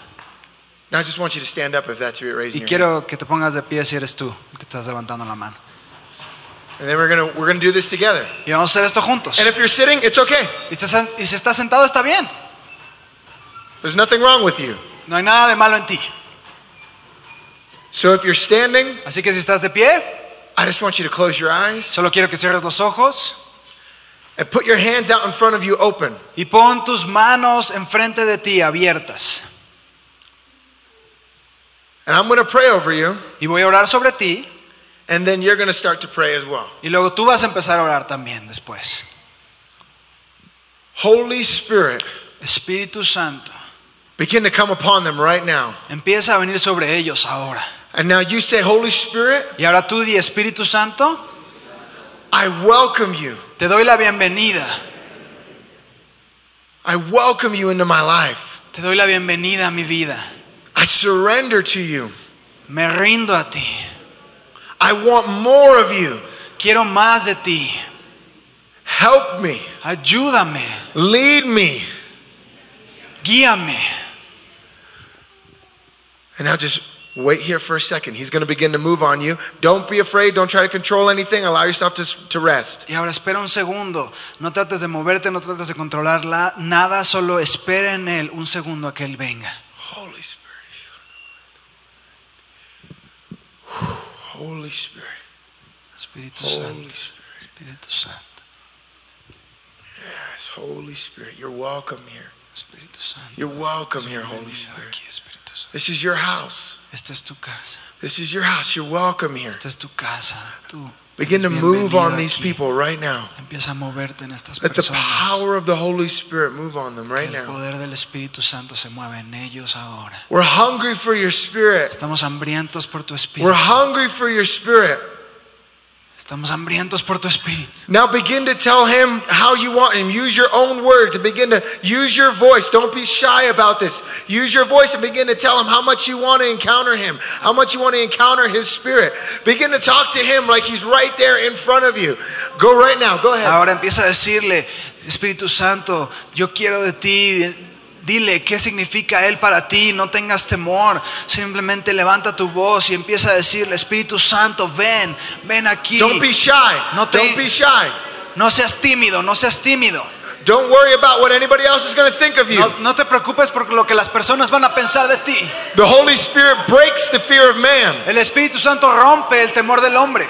S3: Now I just want you to stand up if that's you raising your
S2: Y
S3: hand.
S2: quiero que te pongas de pie si eres tú el que estás levantando la mano.
S3: And then we're going to we're going to do this together.
S2: Y vamos a hacer esto juntos.
S3: And if you're sitting, it's okay.
S2: Y, estás sen- y si estás sentado está bien.
S3: There's nothing wrong with you.
S2: No hay nada de malo en ti.
S3: So if you're standing,
S2: Así que si estás de pie,
S3: I just want you to close your eyes
S2: solo quiero que cierres los ojos
S3: and put your hands out in front of you open.
S2: y pon tus manos enfrente de ti abiertas.
S3: And I'm going to pray over you,
S2: Y voy a orar sobre ti
S3: and then you're going to start to pray as well.
S2: y luego tú vas a empezar a orar también después.
S3: Holy Spirit,
S2: Espíritu Santo,
S3: begin to come upon them right now.
S2: empieza a venir sobre ellos ahora.
S3: And now you say, Holy Spirit,
S2: Y ahora tú di, Espíritu Santo,
S3: I welcome you.
S2: te doy la bienvenida.
S3: I welcome you into my life.
S2: Te doy la bienvenida a mi vida.
S3: I surrender to you.
S2: Me rindo a ti.
S3: I want more of you.
S2: Quiero más de ti.
S3: Help me.
S2: Ayúdame.
S3: Lead me.
S2: Guíame.
S3: And now just wait here for a second. He's going to begin to move on you. Don't be afraid. Don't try to control anything. Allow yourself to, to rest.
S2: Y ahora espera un segundo. No trates de moverte, no trates de controlar la- nada, solo espera en Él un segundo a que Él venga.
S3: Holy Spirit. Holy Spirit.
S2: Espíritu
S3: Holy
S2: Santo,
S3: Spirit.
S2: Espíritu Santo,
S3: Yes, Holy Spirit. You're welcome here.
S2: Espíritu Santo.
S3: You're welcome here, Holy
S2: Bienvenido
S3: Spirit.
S2: aquí, Espíritu Santo.
S3: This is your house.
S2: Esta es tu casa,
S3: This is your house. You're welcome here.
S2: esta es tu casa. Tú
S3: Begin to
S2: eres
S3: move
S2: bienvenido
S3: on these
S2: aquí.
S3: people right now.
S2: Empieza a moverte en estas
S3: Let the
S2: personas.
S3: power of the Holy Spirit move on them
S2: Que
S3: right
S2: el
S3: now.
S2: poder del Espíritu Santo se mueva en ellos ahora.
S3: We're hungry for your spirit.
S2: Estamos hambrientos por tu
S3: We're
S2: Espíritu.
S3: hungry for your spirit.
S2: Estamos hambrientos por tu Espíritu.
S3: Now begin to tell him how you want him. Use your own words and begin to use your voice. Don't be shy about this. Use your voice and begin to tell him how much you want to encounter him, how much you want to encounter his spirit. Begin to talk to him like he's right there in front of you. Go right now. Go ahead.
S2: Ahora empieza a decirle, Espíritu Santo, yo quiero de ti. Dile qué significa Él para ti, no tengas temor, simplemente levanta tu voz y empieza a decirle, Espíritu Santo, ven, ven aquí.
S3: Don't be shy.
S2: No te-
S3: Don't be shy.
S2: No seas tímido, no seas tímido.
S3: Don't worry about what anybody else is going to think of you.
S2: No, no te preocupes por lo que las personas van a pensar de ti.
S3: The Holy Spirit breaks the fear of man
S2: El Espíritu Santo rompe el temor del hombre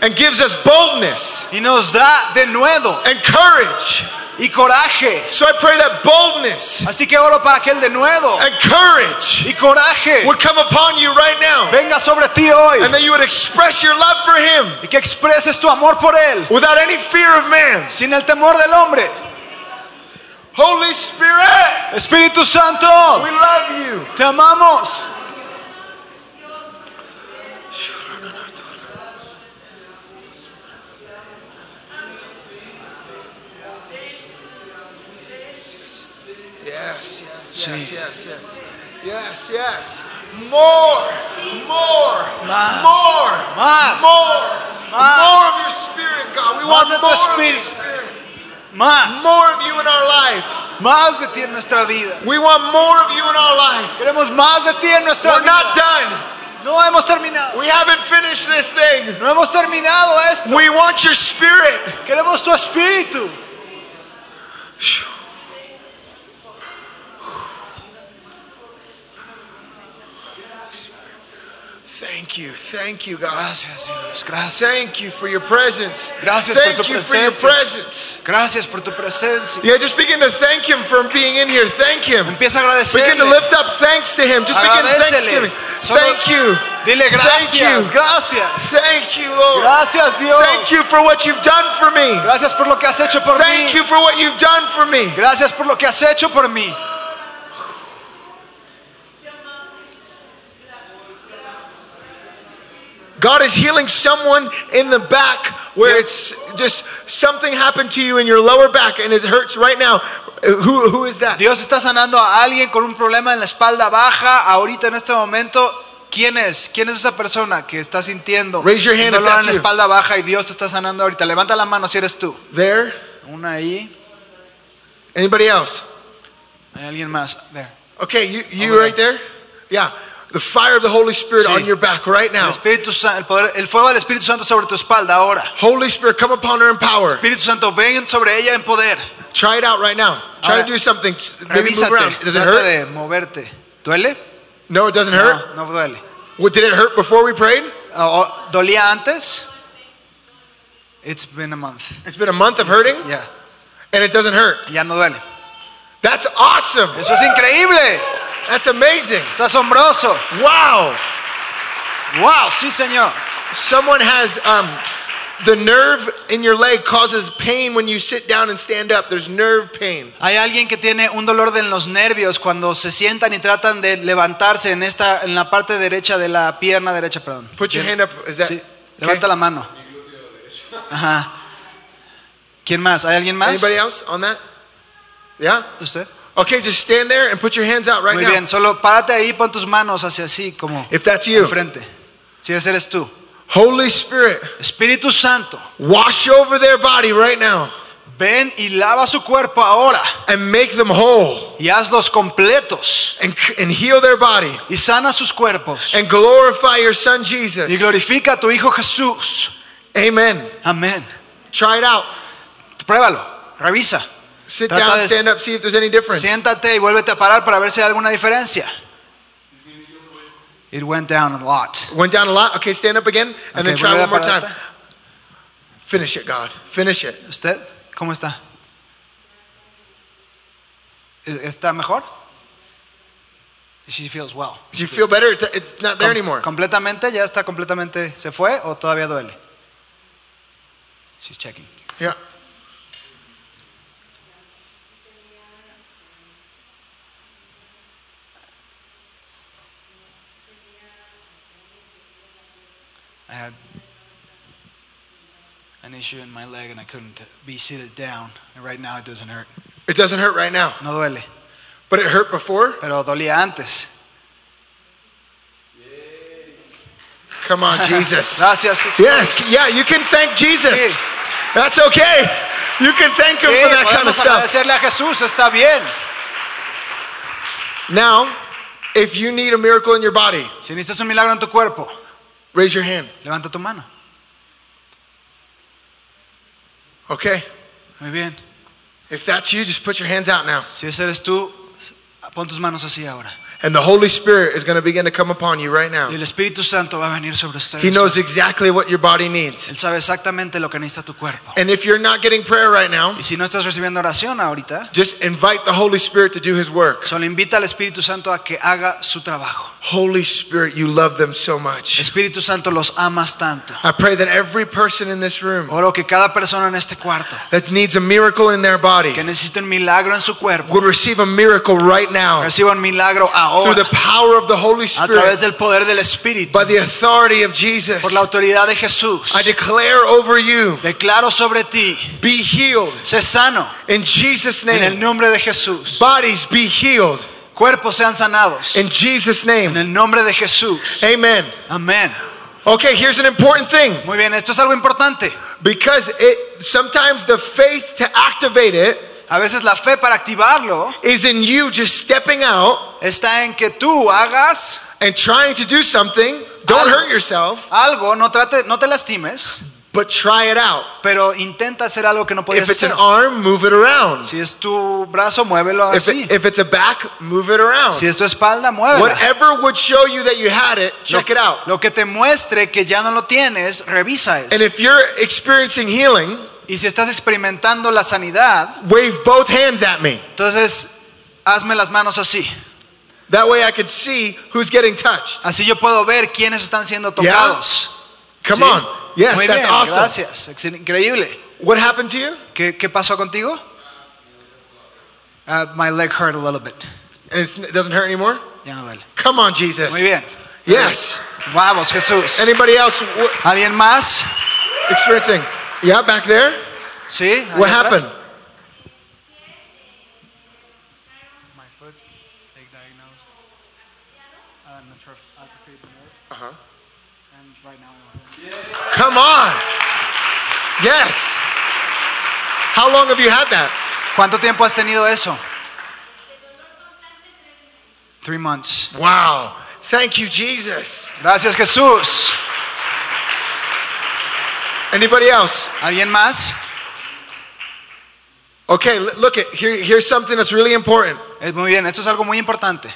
S3: and gives us boldness
S2: y nos da de nuevo
S3: and courage.
S2: y coraje.
S3: So I pray that boldness
S2: Así que oro para que el de nuevo
S3: and courage
S2: y coraje
S3: would come upon you right now
S2: venga sobre ti hoy
S3: and that you would express your love for Him
S2: y que expreses tu amor por Él
S3: without any fear of man.
S2: sin el temor del hombre.
S3: Holy Spirit,
S2: Espíritu
S3: we
S2: Santo,
S3: love you.
S2: te amamos.
S3: Yes, yes,
S2: Sí.
S3: yes, yes. Yes, yes. More, more,
S2: Más,
S3: more,
S2: más,
S3: more,
S2: más.
S3: more of your spirit, God. We
S2: Más
S3: want
S2: de tu
S3: more of your
S2: espíritu.
S3: spirit.
S2: Más,
S3: More of you in our life.
S2: más de ti en nuestra vida.
S3: We want more of you in our life.
S2: Queremos más de ti en nuestra
S3: We're
S2: vida.
S3: not done.
S2: No hemos terminado.
S3: We haven't finished this thing.
S2: No hemos terminado esto.
S3: We want your spirit.
S2: Queremos tu espíritu.
S3: Thank you. Thank you, God.
S2: Gracias, Dios. Gracias.
S3: Thank you for your presence.
S2: Gracias por
S3: thank
S2: tu
S3: you for your
S2: presencia.
S3: presence.
S2: Gracias por tu presencia.
S3: Yeah, just begin to thank him for being in here. Thank him.
S2: Empieza a
S3: Begin
S2: agradecerle.
S3: to lift up thanks to him. Just begin thanksgiving.
S2: Agradecele. Solo-
S3: Thank you.
S2: Dile
S3: Thank
S2: gracias,
S3: you.
S2: gracias.
S3: Thank you, Lord.
S2: Gracias, Dios.
S3: Thank you for what you've done for me.
S2: Gracias por lo que has hecho por
S3: Thank
S2: mí.
S3: you for what you've done for me.
S2: Gracias por lo que has hecho por mí.
S3: God is healing someone in the back where
S2: Yeah.
S3: it's just something happened to you in your lower back and it hurts right now. Who, who is that?
S2: Dios está sanando a alguien con un problema en la espalda baja ahorita en este momento. ¿Quién es? ¿Quién es esa persona que está sintiendo
S3: Raise your
S2: un
S3: hand if
S2: dolor
S3: that's
S2: en la
S3: you.
S2: espalda baja y Dios está sanando ahorita? Levanta la mano si eres tú.
S3: There?
S2: Una ahí.
S3: Anybody else?
S2: Hay alguien más. There.
S3: Okay, you, you
S2: Over
S3: right there? Yeah. the fire of the Holy Spirit
S2: Sí.
S3: on your back right
S2: El,
S3: now.
S2: Espíritu San- el, poder- el fuego del Espíritu Santo sobre tu espalda ahora.
S3: Holy Spirit, come upon her in power.
S2: Espíritu Santo, ven sobre ella en poder.
S3: Try it out right now. Try
S2: Ahora,
S3: to do something. Maybe move around.
S2: Revísate,
S3: Does it
S2: trata
S3: hurt?
S2: de moverte. ¿Duele?
S3: No, it doesn't hurt.
S2: No, no duele.
S3: What did it hurt before we prayed?
S2: Oh, oh, ¿Dolía antes? It's been a month.
S3: It's been a month of hurting,
S2: Ya,
S3: and it doesn't hurt.
S2: ya no duele.
S3: That's awesome.
S2: Eso es increíble.
S3: That's amazing.
S2: Es asombroso.
S3: Wow.
S2: Wow, sí, señor.
S3: Someone has um, the nerve in your leg causes pain when you sit down and stand up. There's nerve pain.
S2: Hay alguien que tiene un dolor de en los nervios cuando se sientan y tratan de levantarse en esta en la parte derecha de la pierna derecha, perdón.
S3: Put your hand up. Is that?
S2: Sí, levanta la mano. Ajá. ¿Quién más? ¿Hay alguien más?
S3: Anybody else on that? Yeah.
S2: ¿Usted?
S3: Okay, just stand there and put your hands out right
S2: Muy
S3: now.
S2: bien, solo párate ahí, pon tus manos hacia así como
S3: If that's you,
S2: enfrente. Si ese eres tú.
S3: Holy Spirit,
S2: Espíritu Santo,
S3: wash over their body right now
S2: ven y lava su cuerpo ahora
S3: and make them whole
S2: y hazlos completos
S3: and, and heal their body
S2: y sana sus cuerpos
S3: and glorify your son
S2: y
S3: Jesus.
S2: glorifica a tu hijo Jesús.
S3: Amen.
S2: Amén.
S3: Try it out.
S2: Pruébalo, revisa.
S3: Sit
S2: Trata
S3: down,
S2: de-
S3: stand up, see if there's any difference.
S2: Siéntate y vuélvete a parar para ver si hay alguna diferencia. It went down a lot.
S3: Went down a lot. Okay, stand up again and then
S2: Ok,
S3: try
S2: vuelve
S3: one
S2: a
S3: more
S2: pararte.
S3: time. Finish it, God. Finish it.
S2: ¿Usted cómo está? ¿E- ¿Está mejor? She feels well.
S3: Do you feel better? It- It's not there
S2: Com-
S3: anymore.
S2: completamente, ya está completamente se fue o todavía duele. She's checking.
S3: Yeah.
S2: I had an issue in my leg and I couldn't be seated down. And right now it doesn't hurt.
S3: It doesn't hurt right now,
S2: No duele,
S3: but it hurt before.
S2: pero dolía antes.
S3: Come on, Jesus.
S2: Gracias, Jesús.
S3: Yes, yeah, you can thank Jesus.
S2: Sí.
S3: That's okay. You can thank
S2: Sí,
S3: him for that kind of
S2: podemos
S3: stuff.
S2: agradecerle a Jesús, está bien.
S3: Now, if you need a miracle in your body,
S2: Si necesitas un milagro en tu cuerpo,
S3: raise your hand.
S2: levanta tu mano.
S3: Okay.
S2: Muy bien.
S3: If that's you, just put your hands out now.
S2: Si ese eres tú, pon tus manos así ahora.
S3: And the Holy Spirit is going to begin to come upon you right
S2: Y
S3: now.
S2: el Espíritu Santo va a venir sobre ustedes.
S3: He knows exactly what your body needs.
S2: Él sabe exactamente lo que necesita tu cuerpo.
S3: And if you're not getting prayer right now,
S2: Y si no estás recibiendo oración ahorita,
S3: just invite the Holy Spirit to do his work.
S2: solo invita al Espíritu Santo a que haga su trabajo.
S3: Holy Spirit, you love them so much.
S2: Espíritu Santo los amas tanto.
S3: I pray that every person in this room
S2: Oro que cada persona en este cuarto
S3: that needs a miracle in their body
S2: que necesite un milagro en su cuerpo,
S3: would receive a miracle right now
S2: reciba un milagro
S3: through the
S2: ahora
S3: power of the Holy
S2: a través
S3: Spirit,
S2: del poder del Espíritu,
S3: by the authority of Jesus.
S2: por la autoridad de Jesús.
S3: I declare over you,
S2: Declaro sobre ti,
S3: be healed
S2: sé sano
S3: in Jesus'
S2: en el
S3: name.
S2: nombre de Jesús.
S3: Bodies be healed
S2: Cuerpos sean sanados
S3: in Jesus'
S2: en
S3: name.
S2: el nombre de Jesús.
S3: Amen.
S2: Amén.
S3: Okay, here's an important thing
S2: Muy bien, esto es algo importante.
S3: because it sometimes the faith to activate it
S2: A veces la fe para activarlo
S3: is in you just stepping out
S2: está en que tú hagas
S3: and trying to do something. Don't
S2: Algo.
S3: hurt yourself,
S2: algo, no trate, no te lastimes,
S3: but try it out.
S2: pero intenta hacer algo que no podías
S3: If it's an
S2: hacer.
S3: arm, move it around.
S2: Si es tu brazo, muévelo
S3: If,
S2: así.
S3: it, if it's a back, move it around.
S2: Si es tu espalda, muévela.
S3: Whatever would show you that you had it, check it out.
S2: Lo que te muestre que ya no lo tienes, revisa
S3: And
S2: eso.
S3: if you're experiencing healing,
S2: Y si estás experimentando la sanidad,
S3: wave both hands at me.
S2: entonces hazme las manos así.
S3: That way I could see who's getting touched.
S2: Así yo puedo ver quiénes están siendo tocados.
S3: Come
S2: Sí.
S3: on. Yes,
S2: Muy
S3: that's
S2: bien,
S3: awesome.
S2: gracias. Ex- Increíble.
S3: What happened to you?
S2: ¿Qué, qué pasó contigo? Ah, my leg hurt a little bit.
S3: And it's, it doesn't hurt anymore?
S2: Ya no duele.
S3: Come on, Jesus.
S2: Muy bien.
S3: Yes.
S2: Vamos, Jesús.
S3: Anybody else w-
S2: ¿Alguien más?
S3: experiencing? Yeah, back there?
S2: ¿Sí? ahí
S3: What
S2: atrás.
S3: happened?
S2: my foot, they diagnosed an atroph- atrophied nerve.
S3: Uh-huh.
S2: And right now,
S3: Come on. Yes. How long have you had that?
S2: ¿cuánto tiempo has tenido eso? Three months.
S3: Wow. Thank you, Jesus.
S2: Gracias Jesús.
S3: Anybody else?
S2: ¿Alguien más?
S3: Okay, l- look at here. Here's something that's really important.
S2: Eh, Muy bien, esto es algo muy importante.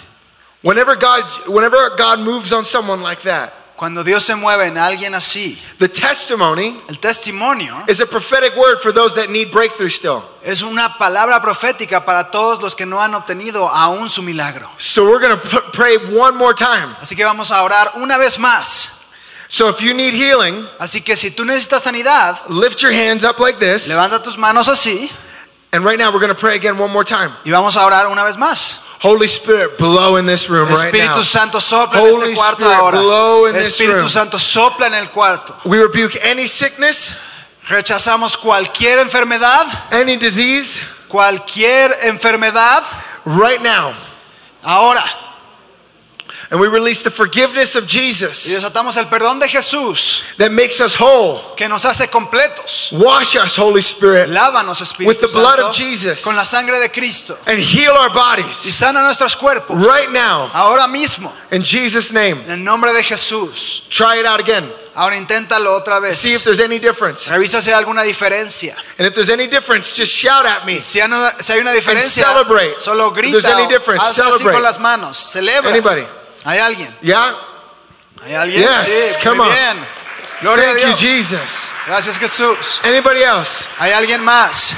S3: Whenever God, whenever God moves on someone like that,
S2: Cuando Dios se mueve en alguien así,
S3: the testimony
S2: el testimonio
S3: is a prophetic word for those that need breakthrough still.
S2: es una palabra profética para todos los que no han obtenido aún su milagro.
S3: So we're gonna p- pray one more time.
S2: Así que vamos a orar una vez más.
S3: So if you need healing,
S2: Así que si tú necesitas sanidad,
S3: lift your hands up like this,
S2: levanta tus manos así
S3: and right now we're gonna pray again one more time.
S2: y vamos a orar una vez más.
S3: Holy Spirit, blow in this room right now.
S2: Espíritu Santo sopla en
S3: Holy
S2: este cuarto
S3: Spirit,
S2: ahora.
S3: blow in this
S2: Espíritu
S3: room.
S2: Santo sopla en el cuarto.
S3: We rebuke any sickness,
S2: Rechazamos cualquier enfermedad,
S3: any disease,
S2: cualquier enfermedad
S3: right now,
S2: ahora.
S3: and we release the forgiveness of
S2: Y
S3: Jesus
S2: desatamos el perdón de Jesús
S3: that makes us whole.
S2: que nos hace completos.
S3: Wash us, Holy Spirit,
S2: Lávanos, Espíritu
S3: With the blood
S2: Santo,
S3: of Jesus.
S2: con la sangre de Cristo
S3: and heal our
S2: y
S3: bodies
S2: sana nuestros cuerpos
S3: right now
S2: ahora mismo
S3: in Jesus' name.
S2: en el nombre de Jesús.
S3: Try it out again.
S2: Ahora inténtalo otra vez.
S3: See if there's any difference.
S2: Revisa si hay alguna diferencia.
S3: And if there's any difference, just shout at me.
S2: Si hay una, si hay una diferencia,
S3: celebrate.
S2: solo
S3: If
S2: grita.
S3: there's any
S2: o
S3: difference,
S2: hazlo así
S3: celebrate.
S2: con las manos. Celebra.
S3: Anybody?
S2: ¿Hay alguien?
S3: Yeah?
S2: ¿Hay alguien?
S3: Yes,
S2: sí,
S3: come
S2: muy
S3: on.
S2: bien. Gloria
S3: Thank
S2: a
S3: you,
S2: Dios.
S3: Jesus.
S2: Gracias, Jesús.
S3: Anybody else?
S2: ¿Hay alguien más?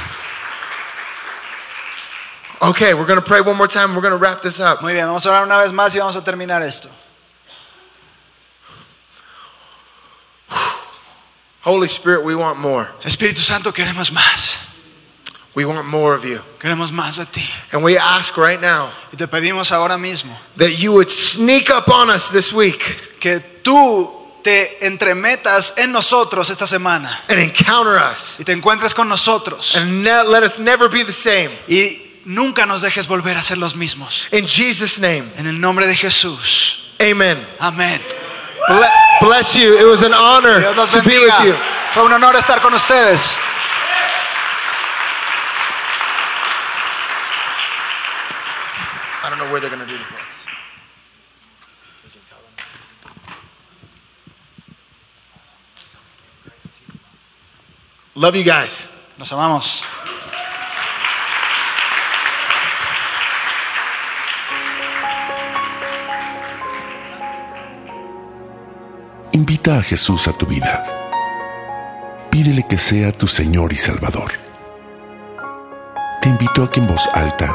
S3: Okay, we're going to pray one more time. We're going to wrap this up.
S2: Muy bien, vamos a orar una vez más y vamos a terminar esto.
S3: Holy Spirit, we want more.
S2: Espíritu Santo, queremos más.
S3: We want more of you.
S2: Queremos más de ti.
S3: And we ask right now
S2: Y te pedimos ahora mismo
S3: that you would sneak up on us this week
S2: que tú te entremetas en nosotros esta semana
S3: and encounter us
S2: y te encuentres con nosotros
S3: and ne- let us never be the same.
S2: y nunca nos dejes volver a ser los mismos.
S3: In Jesus' name,
S2: En el nombre de Jesús.
S3: amen.
S2: Amén.
S3: Ble- bless you. It was an honor
S2: Dios los
S3: to be
S2: bendiga.
S3: with you.
S2: Fue un honor estar con ustedes.
S3: I don't know where they're going to do the books. Love you guys.
S2: Los amamos.
S1: Invita a Jesús a tu vida. Pídele que sea tu Señor y Salvador. Te invito a que en voz alta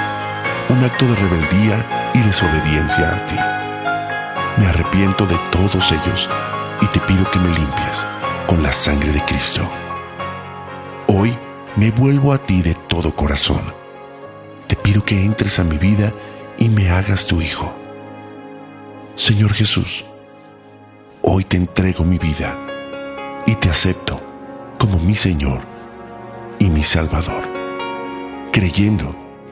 S1: un acto de rebeldía y desobediencia a ti. Me arrepiento de todos ellos y te pido que me limpies con la sangre de Cristo. Hoy me vuelvo a ti de todo corazón. Te pido que entres a mi vida y me hagas tu hijo. Señor Jesús, hoy te entrego mi vida y te acepto como mi Señor y mi Salvador, creyendo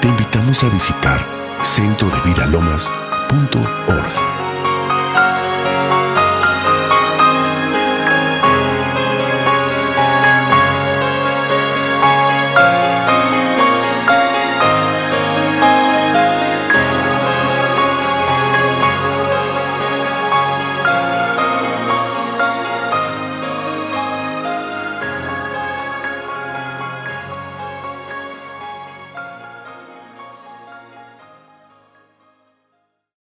S1: te invitamos a visitar centrodevidalomas.org.